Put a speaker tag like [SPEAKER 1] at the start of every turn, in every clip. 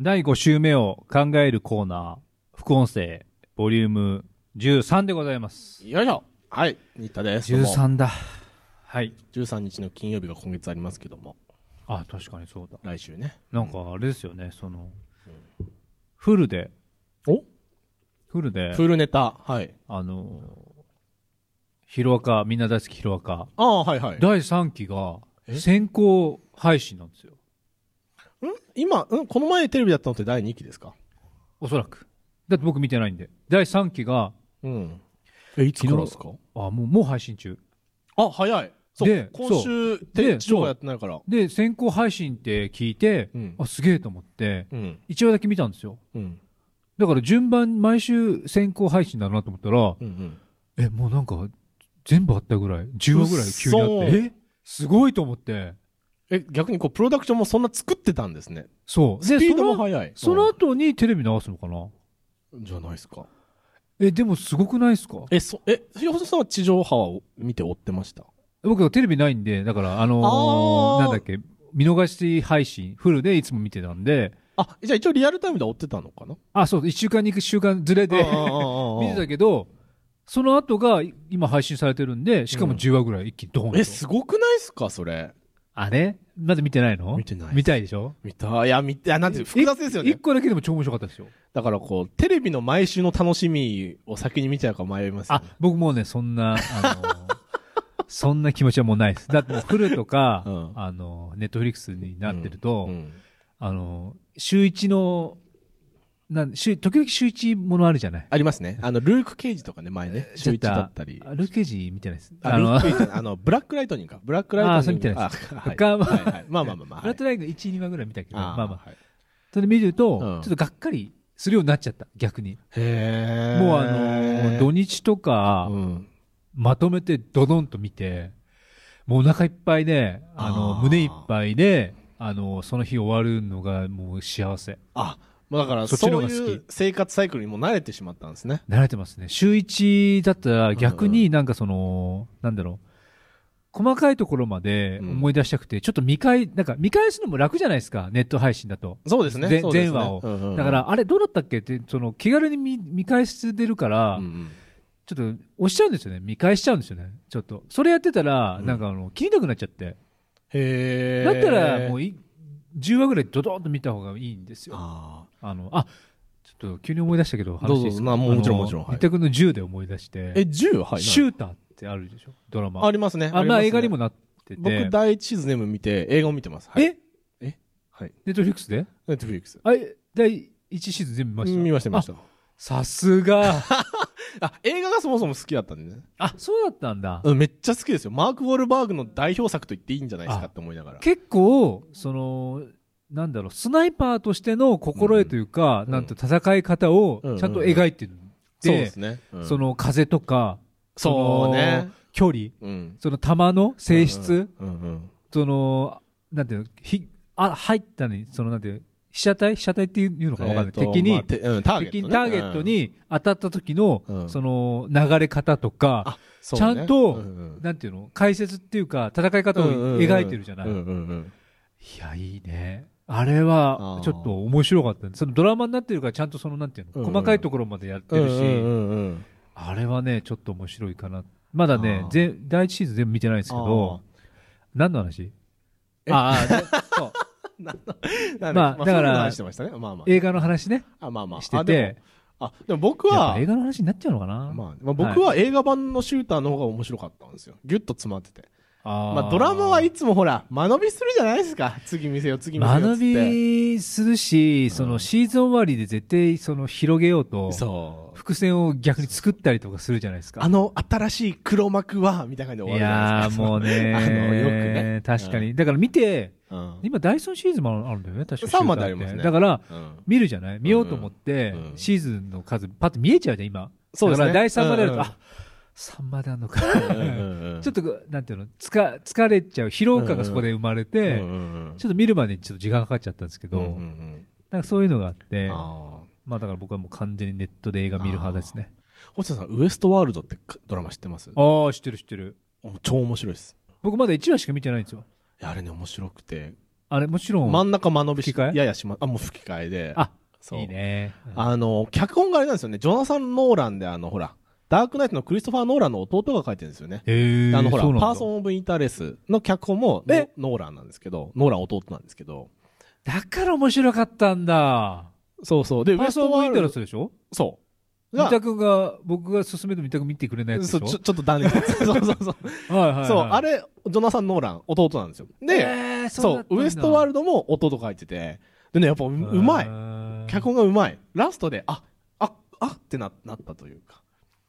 [SPEAKER 1] 第5週目を考えるコーナー、副音声、ボリューム13でございます。
[SPEAKER 2] よいしょはい、新田です。どうも
[SPEAKER 1] 13だ。はい。
[SPEAKER 2] 13日の金曜日が今月ありますけども、
[SPEAKER 1] あ、確かにそうだ。
[SPEAKER 2] 来週ね。
[SPEAKER 1] なんかあれですよね、その、フルで、
[SPEAKER 2] お
[SPEAKER 1] フルで
[SPEAKER 2] プ、ールネタ。はい。
[SPEAKER 1] あのー、ヒロアカ、みんな大好きヒロアカ、
[SPEAKER 2] ああ、はいはい。
[SPEAKER 1] 第3期が
[SPEAKER 2] え
[SPEAKER 1] 先行配信なんですよ。
[SPEAKER 2] ん今、んこの前テレビだったのって第2期ですか
[SPEAKER 1] おそらく。だって僕見てないんで。第3期が、
[SPEAKER 2] うん。え、いつからですか
[SPEAKER 1] あ、もう、もう配信中。
[SPEAKER 2] あ、早い。そう
[SPEAKER 1] で、
[SPEAKER 2] 今週、
[SPEAKER 1] で
[SPEAKER 2] で、地上波やってないから。
[SPEAKER 1] で、先行配信って聞いて、
[SPEAKER 2] うん
[SPEAKER 1] あ、すげえと思って、
[SPEAKER 2] うん。
[SPEAKER 1] 1話だけ見たんですよ。
[SPEAKER 2] うん。
[SPEAKER 1] だから順番、毎週先行配信だなと思ったら、
[SPEAKER 2] うんうん。
[SPEAKER 1] え、もうなんか、全部あったぐらい、10話ぐらい急にあ
[SPEAKER 2] う
[SPEAKER 1] っ
[SPEAKER 2] っそ
[SPEAKER 1] て、えすごいと思って、
[SPEAKER 2] え、逆にこう、プロダクションもそんな作ってたんですね。
[SPEAKER 1] そう。
[SPEAKER 2] スピードも
[SPEAKER 1] その
[SPEAKER 2] 早い。
[SPEAKER 1] その後にテレビ流すのかな
[SPEAKER 2] うん、じゃないですか。
[SPEAKER 1] え、でもすごくないですか
[SPEAKER 2] え、そ、え、ひよさんは地上波を見て追ってました
[SPEAKER 1] 僕はテレビないんで、だから、あのー
[SPEAKER 2] あー
[SPEAKER 1] なんだっけ、見逃し配信、フルでいつも見てたんで、
[SPEAKER 2] あ、じゃあ一応リアルタイムでは追ってたのかな
[SPEAKER 1] あ、そう、1週間に行く週間ずれで、 見 てたけど、その後がい今配信されてるんで、しかも
[SPEAKER 2] うん
[SPEAKER 1] 10話ぐらい一気にドーンと。
[SPEAKER 2] え、すごくないっすか、それ。
[SPEAKER 1] あれまだ見てないの
[SPEAKER 2] 見てない
[SPEAKER 1] 見たいでしょ
[SPEAKER 2] 見たいや、見たいや、なんていう、複雑ですよ
[SPEAKER 1] 一
[SPEAKER 2] ね。
[SPEAKER 1] 個だけでも超面白かったですよ。
[SPEAKER 2] だからこう、テレビの毎週の楽しみを先に見ちゃうか迷いますよ
[SPEAKER 1] あ
[SPEAKER 2] ね。、
[SPEAKER 1] 僕もうね、そんな、あの ー、そんな気持ちはもうないです。だってもうフルとか、
[SPEAKER 2] うん
[SPEAKER 1] あのー、ネットフリックスになってると、
[SPEAKER 2] うん
[SPEAKER 1] あのー、週一の、なん、週、時々週一ものあるじゃない
[SPEAKER 2] ありますね。あの、ルーク・ケイジとかね、前ね、週一だったり
[SPEAKER 1] ちょ。とあルーケージ見てないです。
[SPEAKER 2] あ、ル
[SPEAKER 1] の
[SPEAKER 2] ーク・ケイジじゃないあの、ブラック・ライトニングか。ブラック・ライトニング。
[SPEAKER 1] あ見てない
[SPEAKER 2] あはい
[SPEAKER 1] です
[SPEAKER 2] はいはいまあまあまあまあ。
[SPEAKER 1] ブラッドラインが1、2話ぐらい見たけど、
[SPEAKER 2] あー
[SPEAKER 1] まあまあ。
[SPEAKER 2] はい
[SPEAKER 1] それで見ると、
[SPEAKER 2] うん
[SPEAKER 1] ちょっとがっかりするようになっちゃった、逆に。
[SPEAKER 2] へー
[SPEAKER 1] もうあの、土日とか、
[SPEAKER 2] うん。
[SPEAKER 1] まとめてドドンと見て、もうお腹いっぱいで、あの、
[SPEAKER 2] あー
[SPEAKER 1] 胸いっぱいで、あの、その日終わるのがもう幸せ。
[SPEAKER 2] あ、もうだから、
[SPEAKER 1] そっちの方
[SPEAKER 2] そう
[SPEAKER 1] が好き
[SPEAKER 2] いう生活サイクルにもう慣れてしまったんですね。
[SPEAKER 1] 慣れてますね。週一だったら逆になんかその、なんだろう。細かいところまで思い出したくて、ちょっと見返、なんか見返すのも楽じゃないですか、ネット配信だと。
[SPEAKER 2] そうですね。
[SPEAKER 1] ぜ
[SPEAKER 2] そうですね
[SPEAKER 1] 前話を
[SPEAKER 2] うんうんうん
[SPEAKER 1] だから、あれどうだったっけって、その気軽に見見返してるから、
[SPEAKER 2] うんうん
[SPEAKER 1] ちょっと押しちゃうんですよね。見返しちゃうんですよね。ちょっと。それやってたら、
[SPEAKER 2] うん
[SPEAKER 1] なんかあの、気になくなっちゃって。
[SPEAKER 2] へ
[SPEAKER 1] だったら、も
[SPEAKER 2] いう
[SPEAKER 1] い、10話ぐらいドドーンと見た方がいいんですよ。
[SPEAKER 2] あ
[SPEAKER 1] あの、あ、ちょっと急に思い出したけど、
[SPEAKER 2] どう
[SPEAKER 1] 話
[SPEAKER 2] ぞ
[SPEAKER 1] いいですか
[SPEAKER 2] まあもうもちろんもちろんはい
[SPEAKER 1] 一択の銃で思い出し
[SPEAKER 2] ーえ、
[SPEAKER 1] て、
[SPEAKER 2] 10? はい。
[SPEAKER 1] シューターってあるでしょドラマ。
[SPEAKER 2] ありますね。
[SPEAKER 1] あ
[SPEAKER 2] り
[SPEAKER 1] ま
[SPEAKER 2] ます
[SPEAKER 1] あ
[SPEAKER 2] ね
[SPEAKER 1] 映画にもなってて。
[SPEAKER 2] 僕、第一シーズン全部見て、映画を見てます。はい、
[SPEAKER 1] え
[SPEAKER 2] はい。
[SPEAKER 1] ネットフリックスで
[SPEAKER 2] ネットフリックス。
[SPEAKER 1] あれ、第1シーズン全部見ました
[SPEAKER 2] 見ました、見ました。
[SPEAKER 1] さす が。
[SPEAKER 2] あ、映画がそもそも好きだったんでね。
[SPEAKER 1] あ、そうだったんだ。
[SPEAKER 2] うん、めっちゃ好きですよ。マーク・ウォルバーグの代表作と言っていいんじゃないですかって思いながら。
[SPEAKER 1] 結構、その、なんだろう、スナイパーとしての心得というか、
[SPEAKER 2] うん
[SPEAKER 1] なんと戦い方を
[SPEAKER 2] うん
[SPEAKER 1] ちゃんと描いてるんで、
[SPEAKER 2] そうですね。うん
[SPEAKER 1] そ、の風とか、
[SPEAKER 2] そうね。
[SPEAKER 1] その距離、
[SPEAKER 2] うん。
[SPEAKER 1] その弾の性質、
[SPEAKER 2] うんうん。
[SPEAKER 1] その、なんていうの、ひ、あ、入ったのに、そのなんていう、被写体被写体っていうのかわかんない。
[SPEAKER 2] えーと
[SPEAKER 1] 敵に、
[SPEAKER 2] まあてうんターゲット
[SPEAKER 1] 敵
[SPEAKER 2] ね。
[SPEAKER 1] にターゲットに当たった時の、
[SPEAKER 2] うん
[SPEAKER 1] その流れ方と
[SPEAKER 2] うん、
[SPEAKER 1] か、
[SPEAKER 2] あ、そうね
[SPEAKER 1] ちゃんと
[SPEAKER 2] うんうん
[SPEAKER 1] なんていうの、解説っていうか、戦い方を描いてるじゃない。
[SPEAKER 2] うんうんうん。
[SPEAKER 1] いや、いいね。あれは
[SPEAKER 2] あ、ー
[SPEAKER 1] ちょっと面白かったね。そのドラマになってるから、ちゃんとその、なんていうの、
[SPEAKER 2] うんうん
[SPEAKER 1] 細かいところまでやって
[SPEAKER 2] うん
[SPEAKER 1] る
[SPEAKER 2] う
[SPEAKER 1] し、
[SPEAKER 2] んうんうん。
[SPEAKER 1] あれはね、ちょっと面白いかな。まだね
[SPEAKER 2] あー、
[SPEAKER 1] 全第一シーズン全部見てないんですけど、何の話
[SPEAKER 2] え
[SPEAKER 1] ああ、で そう。
[SPEAKER 2] あー、
[SPEAKER 1] まあ
[SPEAKER 2] なん
[SPEAKER 1] だから
[SPEAKER 2] そういう話してましたね。まあまあ。
[SPEAKER 1] 映画の話ね、
[SPEAKER 2] あ、まあまあ。
[SPEAKER 1] して
[SPEAKER 2] あでも
[SPEAKER 1] て、
[SPEAKER 2] あ、でも僕
[SPEAKER 1] やっ
[SPEAKER 2] は
[SPEAKER 1] ぱ映、画の話になっちゃうのかな
[SPEAKER 2] まあ、まあ、僕は映画版のシューターの方が面白かったんですよ。ギュッと詰まってて。
[SPEAKER 1] あー
[SPEAKER 2] まあ、ドラマはいつもほら、間延びするじゃないですか。次見せよ、次見せよ。
[SPEAKER 1] 学
[SPEAKER 2] つっ
[SPEAKER 1] びするし、
[SPEAKER 2] ん
[SPEAKER 1] そのシーズン終わりで絶対その広げようと
[SPEAKER 2] て。、そう。
[SPEAKER 1] 伏線を逆に作ったりとかするじゃないですか
[SPEAKER 2] あ。の、新しい黒幕は、みたいな感じ
[SPEAKER 1] い
[SPEAKER 2] で終わるじゃな
[SPEAKER 1] や
[SPEAKER 2] いで
[SPEAKER 1] ー
[SPEAKER 2] すか。
[SPEAKER 1] もうね
[SPEAKER 2] あの、よくね。
[SPEAKER 1] 確かに。だから見て、
[SPEAKER 2] うん。
[SPEAKER 1] 今、ダイソンシーズンもあるんだよね、確か
[SPEAKER 2] 三までありますね
[SPEAKER 1] シューターってだから、
[SPEAKER 2] うん
[SPEAKER 1] 見るじゃない見ようと思って、
[SPEAKER 2] うんうん
[SPEAKER 1] シーズンの数、パッと見えちゃうじゃん、今。
[SPEAKER 2] そうですね
[SPEAKER 1] だから、第3まであると、
[SPEAKER 2] うんうん
[SPEAKER 1] あ、3まであるのか。
[SPEAKER 2] うんうん
[SPEAKER 1] ちょっとこう、なんていうの、つか、疲れちゃう、疲労感がそこで生まれ
[SPEAKER 2] うん
[SPEAKER 1] て、
[SPEAKER 2] うんうん
[SPEAKER 1] ちょっと見るまでにちょっと時間かかっちゃったんですけど、
[SPEAKER 2] うんうんうん
[SPEAKER 1] なんかそういうのがあって、
[SPEAKER 2] あー
[SPEAKER 1] まあだから僕はもう完全にネットで映画見る派ですね。
[SPEAKER 2] 星野さん、ウエストワールドってドラマ知ってます
[SPEAKER 1] ああー、知ってる知ってる。
[SPEAKER 2] もう超面白いです。
[SPEAKER 1] 僕まだ1話しか見てないんですよ。
[SPEAKER 2] いやあれね、面白くて。
[SPEAKER 1] ああれ、もちろん。
[SPEAKER 2] 真ん中間延びし、
[SPEAKER 1] 吹き替え
[SPEAKER 2] ややしま、あ、もう吹き替えで。
[SPEAKER 1] あ、
[SPEAKER 2] そう。
[SPEAKER 1] いいね。
[SPEAKER 2] あの、脚本があれなんですよね。ジョナサン・ノーランで、あの、ほら、ダークナイトのクリストファー・ノーランの弟が書いてるんですよね。
[SPEAKER 1] へえ。
[SPEAKER 2] あの、ほら、
[SPEAKER 1] そうなんだ
[SPEAKER 2] パーソン・オブ・インターレスの脚本もノ
[SPEAKER 1] え、
[SPEAKER 2] ノーランなんですけど、ノーラン弟なんですけど、
[SPEAKER 1] だから面白かったんだ。
[SPEAKER 2] そうそう。で、ウ
[SPEAKER 1] パー
[SPEAKER 2] エス
[SPEAKER 1] ソン
[SPEAKER 2] トワ
[SPEAKER 1] 向い
[SPEAKER 2] ー
[SPEAKER 1] た
[SPEAKER 2] ル
[SPEAKER 1] ら
[SPEAKER 2] ド、
[SPEAKER 1] そうでしょ
[SPEAKER 2] そう。
[SPEAKER 1] 三
[SPEAKER 2] が
[SPEAKER 1] 田君が、僕が勧めて三田君見てくれないやつ
[SPEAKER 2] そ
[SPEAKER 1] で
[SPEAKER 2] う、
[SPEAKER 1] しょ
[SPEAKER 2] ちょ、ちょっ と断念。そうそうそうそう。
[SPEAKER 1] はいはいはい。
[SPEAKER 2] そう、あれ、ジョナサン・ノーラン、弟なんですよ。で、
[SPEAKER 1] えー
[SPEAKER 2] そうう、ウエストワー
[SPEAKER 1] ル
[SPEAKER 2] ルドも弟書いてて、でね、やっぱううまい。
[SPEAKER 1] い
[SPEAKER 2] 脚本がうまい。ラストで、あ、あ、あってな、なったというか。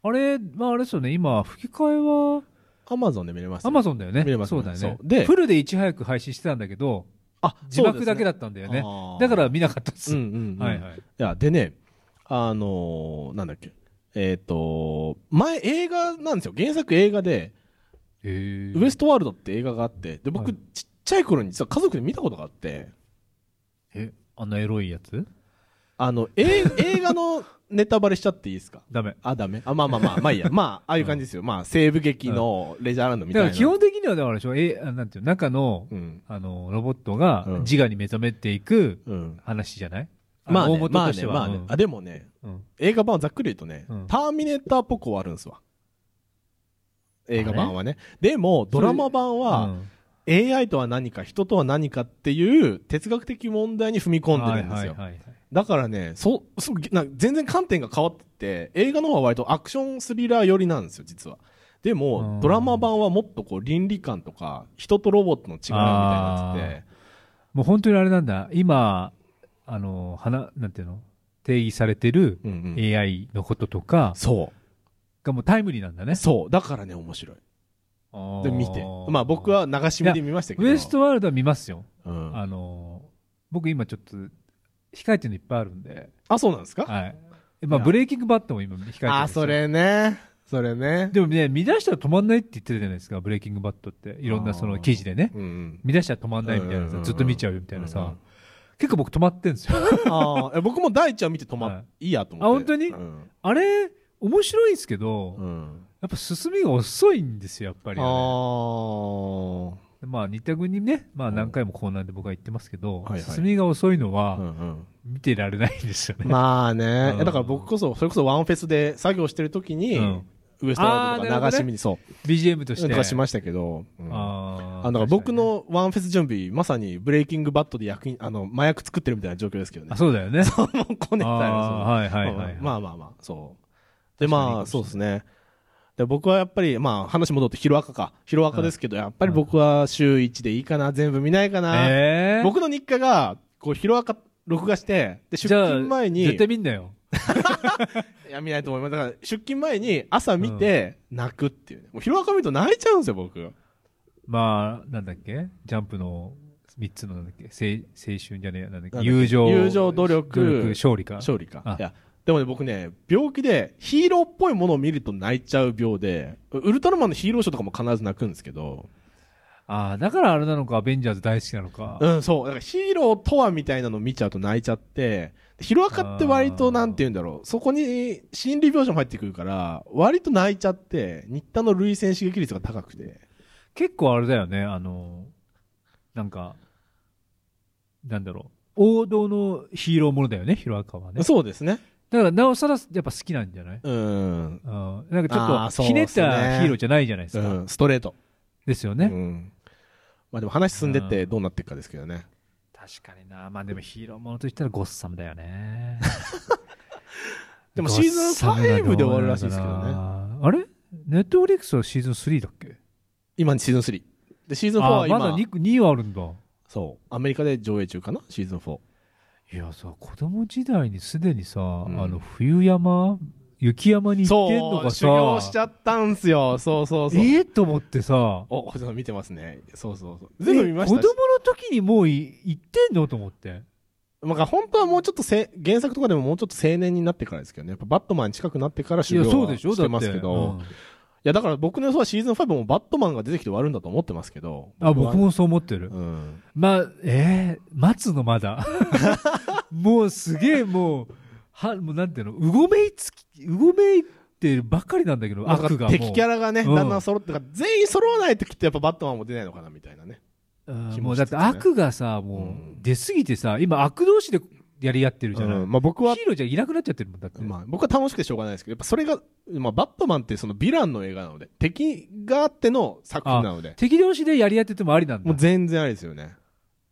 [SPEAKER 1] あれ、まああれですよね、今、吹き替えは、
[SPEAKER 2] アマゾンで見れますよ。
[SPEAKER 1] アマゾンだよね。
[SPEAKER 2] 見れます
[SPEAKER 1] そ
[SPEAKER 2] ね
[SPEAKER 1] うだよね。
[SPEAKER 2] そうで
[SPEAKER 1] フルでいち早く配信してたんだけど、
[SPEAKER 2] あ、
[SPEAKER 1] 字幕だけだ
[SPEAKER 2] っ
[SPEAKER 1] ったんだ
[SPEAKER 2] た
[SPEAKER 1] よね。だから、見なかったっ
[SPEAKER 2] うん
[SPEAKER 1] す。
[SPEAKER 2] うんうん。
[SPEAKER 1] はいはい。
[SPEAKER 2] いや、でね、あのーなんだっけ、えっ、と、前映画なんですよ。原作映画で、
[SPEAKER 1] へ
[SPEAKER 2] ウエ
[SPEAKER 1] ス
[SPEAKER 2] ストワールドって映画があって、で、僕、
[SPEAKER 1] はい
[SPEAKER 2] ちっちゃい頃に実は家族で見たことがあって、
[SPEAKER 1] え、あのエロいやつ
[SPEAKER 2] あの、え い映画のネタバレしちゃっていいですか
[SPEAKER 1] ダメ。
[SPEAKER 2] あ、ダメあ、まあまあまあ、まあいいや。まあ、ああいう感じですよ。まあ、西部劇のレジャーランドみ
[SPEAKER 1] だか
[SPEAKER 2] たいな。
[SPEAKER 1] ら基本的には、だからでしょ、え、あなんていうの、中の、
[SPEAKER 2] うん。
[SPEAKER 1] あの、ロボットが
[SPEAKER 2] うん
[SPEAKER 1] 自我に目覚めていく
[SPEAKER 2] うん。
[SPEAKER 1] 話じゃない
[SPEAKER 2] まあ
[SPEAKER 1] の
[SPEAKER 2] ね、
[SPEAKER 1] 大元
[SPEAKER 2] まあ
[SPEAKER 1] とし
[SPEAKER 2] ね、
[SPEAKER 1] ては。
[SPEAKER 2] まあね。あ、でもね、
[SPEAKER 1] うんうん
[SPEAKER 2] 映画版はざっくり言うとね、
[SPEAKER 1] うん
[SPEAKER 2] ターミネーターっぽく終わるんですわ。映画版はね。でも、ドラマ版は、
[SPEAKER 1] うん、
[SPEAKER 2] AI とは何か、人とは何かっていう哲学的問題に踏み込んでるんですよ。
[SPEAKER 1] はいはいはい
[SPEAKER 2] だからね、そう、そうなんか全然観点が変わってて、映画の方は割とアクションスリラー寄りなんですよ、実は。で
[SPEAKER 1] うん、
[SPEAKER 2] もドラマ版はもっとこう倫理観とか、人とロボットの違いみたいになってて、
[SPEAKER 1] もう本当にあれなんだ。今、あの、花、なんていうの定義されてる
[SPEAKER 2] うんうん
[SPEAKER 1] AI のこととか
[SPEAKER 2] そ
[SPEAKER 1] がもうタイムリーなんだね
[SPEAKER 2] う。。そう。だからね、面白い。で、見て。まあ僕
[SPEAKER 1] は。
[SPEAKER 2] は流し見で見ましたけど。
[SPEAKER 1] ウエストワールドは見ますよ。
[SPEAKER 2] うん
[SPEAKER 1] あのー、僕今ちょっと、控えてるのいっぱいあるんで。
[SPEAKER 2] あ、そうなんですか
[SPEAKER 1] はい。えまあ
[SPEAKER 2] いや
[SPEAKER 1] ブレイキングバットも今控えてるんですよ。
[SPEAKER 2] あ、そ。れね。それね。
[SPEAKER 1] でもね、見出したら止まんないって言ってるじゃないですか、ブレイキングバットって。いろんなその記事でね。
[SPEAKER 2] うんうん。
[SPEAKER 1] 見出したら止まんないみたいな
[SPEAKER 2] うんうんう
[SPEAKER 1] さ、
[SPEAKER 2] ん
[SPEAKER 1] ずっと見ちゃうよみたいな
[SPEAKER 2] うんう
[SPEAKER 1] さ
[SPEAKER 2] ん。
[SPEAKER 1] 結構僕止まってんです よ。
[SPEAKER 2] ああ、え僕も第一話見て止まっ、、
[SPEAKER 1] はい
[SPEAKER 2] いやと思っ
[SPEAKER 1] あ
[SPEAKER 2] て。
[SPEAKER 1] 本当に
[SPEAKER 2] うん。
[SPEAKER 1] あれ、面白いんですけど、
[SPEAKER 2] うん。
[SPEAKER 1] やっぱ進みが遅いんですよ、やっぱり、
[SPEAKER 2] あ
[SPEAKER 1] ね。
[SPEAKER 2] あ。
[SPEAKER 1] まあ、二択にね、まあ
[SPEAKER 2] うん
[SPEAKER 1] 何回もコーナーで僕は言ってますけど、
[SPEAKER 2] はいはい
[SPEAKER 1] 進みが遅いの
[SPEAKER 2] う
[SPEAKER 1] は
[SPEAKER 2] ん
[SPEAKER 1] 見てられないんですよ
[SPEAKER 2] う
[SPEAKER 1] ね。
[SPEAKER 2] ん。まあね、
[SPEAKER 1] うん
[SPEAKER 2] だから僕こそ、それこそワンフェスで作業してる時に、
[SPEAKER 1] うん
[SPEAKER 2] ウエストランド
[SPEAKER 1] あーな
[SPEAKER 2] と
[SPEAKER 1] るほど
[SPEAKER 2] か流
[SPEAKER 1] ね
[SPEAKER 2] し見に、そう、
[SPEAKER 1] BGM として。
[SPEAKER 2] とかしましたけど、うんあ
[SPEAKER 1] あー
[SPEAKER 2] だから僕、のワンフェス準備、まさにブレイキングバットで役に、あの、麻薬作ってるみたいな状況ですけど
[SPEAKER 1] 確かにね
[SPEAKER 2] ね
[SPEAKER 1] あ、。そうだよね。
[SPEAKER 2] そう、 もうこねたよ。
[SPEAKER 1] あーはいはいはいはい
[SPEAKER 2] うんまあまあまあ、そう。で、
[SPEAKER 1] 確かに
[SPEAKER 2] まあ、そうですね。で、僕はやっぱり、まあ、話戻ってヒロアカか。ヒロアカですけど、やっぱり僕は週1でいいかな、全部見ないかな。
[SPEAKER 1] えー、
[SPEAKER 2] 僕の日課が、こう、ヒロアカ録画して、で、出
[SPEAKER 1] じゃあ
[SPEAKER 2] 勤前に、
[SPEAKER 1] 絶対見んなよ。
[SPEAKER 2] いや、見ないと思います。だから、出勤前に朝見て、泣くっていうね。もう、ヒロアカ見ると泣いちゃうんですよ、僕。
[SPEAKER 1] まあ、なんだっけジャンプの三つのなんだっけ青青春じゃねえや、なんだっ
[SPEAKER 2] なん
[SPEAKER 1] け
[SPEAKER 2] だっけ
[SPEAKER 1] 友情。
[SPEAKER 2] 友情努力
[SPEAKER 1] 勝利か。
[SPEAKER 2] 勝利か
[SPEAKER 1] あ。
[SPEAKER 2] いや、でもね、僕ね、病気で、ヒーローっぽいものを見ると泣いちゃう病で、ウルトラマンのヒーローショーとかも必ず泣くんですけど、
[SPEAKER 1] ああ、だからあれなのか、アベンジャーズ大好きなのか。
[SPEAKER 2] うん、そう。だから、ヒーローとはみたいなの見ちゃうと泣いちゃって、ヒロアカって割と、なんて言うんだろう。そこに、心理描写も入ってくるから、割と泣いちゃって、新田の類線刺激率が高くて。
[SPEAKER 1] 結構あれだよね、あの、なんか、なんだろう。王道のヒーローものだよね、ヒロアカはね。
[SPEAKER 2] そうですね。
[SPEAKER 1] だから、なおさら、やっぱ好きなんじゃない
[SPEAKER 2] うん。
[SPEAKER 1] うん。なん
[SPEAKER 2] あ
[SPEAKER 1] か
[SPEAKER 2] ー
[SPEAKER 1] ちょ
[SPEAKER 2] そ
[SPEAKER 1] っ
[SPEAKER 2] う
[SPEAKER 1] と、ひねっ
[SPEAKER 2] っす
[SPEAKER 1] た
[SPEAKER 2] ね
[SPEAKER 1] ヒーローじゃないじゃないです
[SPEAKER 2] う
[SPEAKER 1] か。
[SPEAKER 2] ん、ストレート。
[SPEAKER 1] ですよね。
[SPEAKER 2] うん。まあでも話進んでってどうなっていくかですけどね。
[SPEAKER 1] 確かにな。まあでもヒーローものといったらゴッサムだよね。
[SPEAKER 2] でもシーズン5で終わるらしいですけどね。
[SPEAKER 1] ね。あれネットフリックスはシーズン3だっけ
[SPEAKER 2] 今シーズン3。で、シーズン4
[SPEAKER 1] あ
[SPEAKER 2] は
[SPEAKER 1] ー
[SPEAKER 2] 今、
[SPEAKER 1] まだ 2, 2はあるんだ。い
[SPEAKER 2] そう、アメリカで上映中かなシーズン4。
[SPEAKER 1] やさ、子供時代にすでにさ、
[SPEAKER 2] ん
[SPEAKER 1] あの、冬山雪山に行ってんの
[SPEAKER 2] そ
[SPEAKER 1] か
[SPEAKER 2] う、
[SPEAKER 1] さ、
[SPEAKER 2] 修行しちゃったんすよ。そうそうそう。
[SPEAKER 1] ええと思ってさ、
[SPEAKER 2] お、ほ見てますね。そうそうそう。全部見まし
[SPEAKER 1] え
[SPEAKER 2] た
[SPEAKER 1] 子
[SPEAKER 2] し
[SPEAKER 1] 供。の時にもうい行ってんのと思って。
[SPEAKER 2] まあ、本当はもうちょっとせ、原作とかでももうちょっと青年になってからですけどね。やっぱバットマンに近くなってから
[SPEAKER 1] い
[SPEAKER 2] 修
[SPEAKER 1] や、
[SPEAKER 2] 行
[SPEAKER 1] そう
[SPEAKER 2] は
[SPEAKER 1] でしょ
[SPEAKER 2] し
[SPEAKER 1] だってて
[SPEAKER 2] ますけど。
[SPEAKER 1] うん
[SPEAKER 2] いや、だから僕の予想はシーズン5もバットマンが出てきて終わるんだと思ってますけど。
[SPEAKER 1] あ、僕。もそう思ってる。
[SPEAKER 2] うん。
[SPEAKER 1] まあ、ええ待つのま だ。もうすげえもう、は、もうなんていうの、うごめいつき、うごめいってるばっかりなんだけど、
[SPEAKER 2] なんか
[SPEAKER 1] 悪がもう。
[SPEAKER 2] 敵キャラがね、
[SPEAKER 1] うん
[SPEAKER 2] だんだん揃ってから、全員揃わないときってやっぱバットマンも出ないのかなみたいなね。
[SPEAKER 1] うん
[SPEAKER 2] 気
[SPEAKER 1] も
[SPEAKER 2] も
[SPEAKER 1] う
[SPEAKER 2] し
[SPEAKER 1] だっ
[SPEAKER 2] つつ
[SPEAKER 1] て
[SPEAKER 2] ね
[SPEAKER 1] 悪がさ、もう出すぎてさ、今悪同士でやり合ってるじゃない。
[SPEAKER 2] うんまあ僕は
[SPEAKER 1] ヒーローじゃいなくなっちゃってるもんだって。
[SPEAKER 2] まあ、僕は楽しくてしょうがないですけど、やっぱそれが、まあ、バットマンってそのヴィランの映画なので、敵があっての作品なので、
[SPEAKER 1] 敵同士でやり合っててもありなんだ。
[SPEAKER 2] もう全然あれですよね。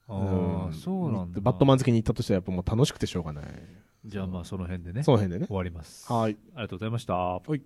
[SPEAKER 1] あ
[SPEAKER 2] う
[SPEAKER 1] あ、
[SPEAKER 2] ん
[SPEAKER 1] そうなんだ。
[SPEAKER 2] バットマン好きに行ったとしては、やっぱもう楽しくてしょうがない。
[SPEAKER 1] じゃあまあその辺でね、
[SPEAKER 2] その辺でね。
[SPEAKER 1] 終わります。
[SPEAKER 2] はい。
[SPEAKER 1] ありがとうございました。
[SPEAKER 2] はい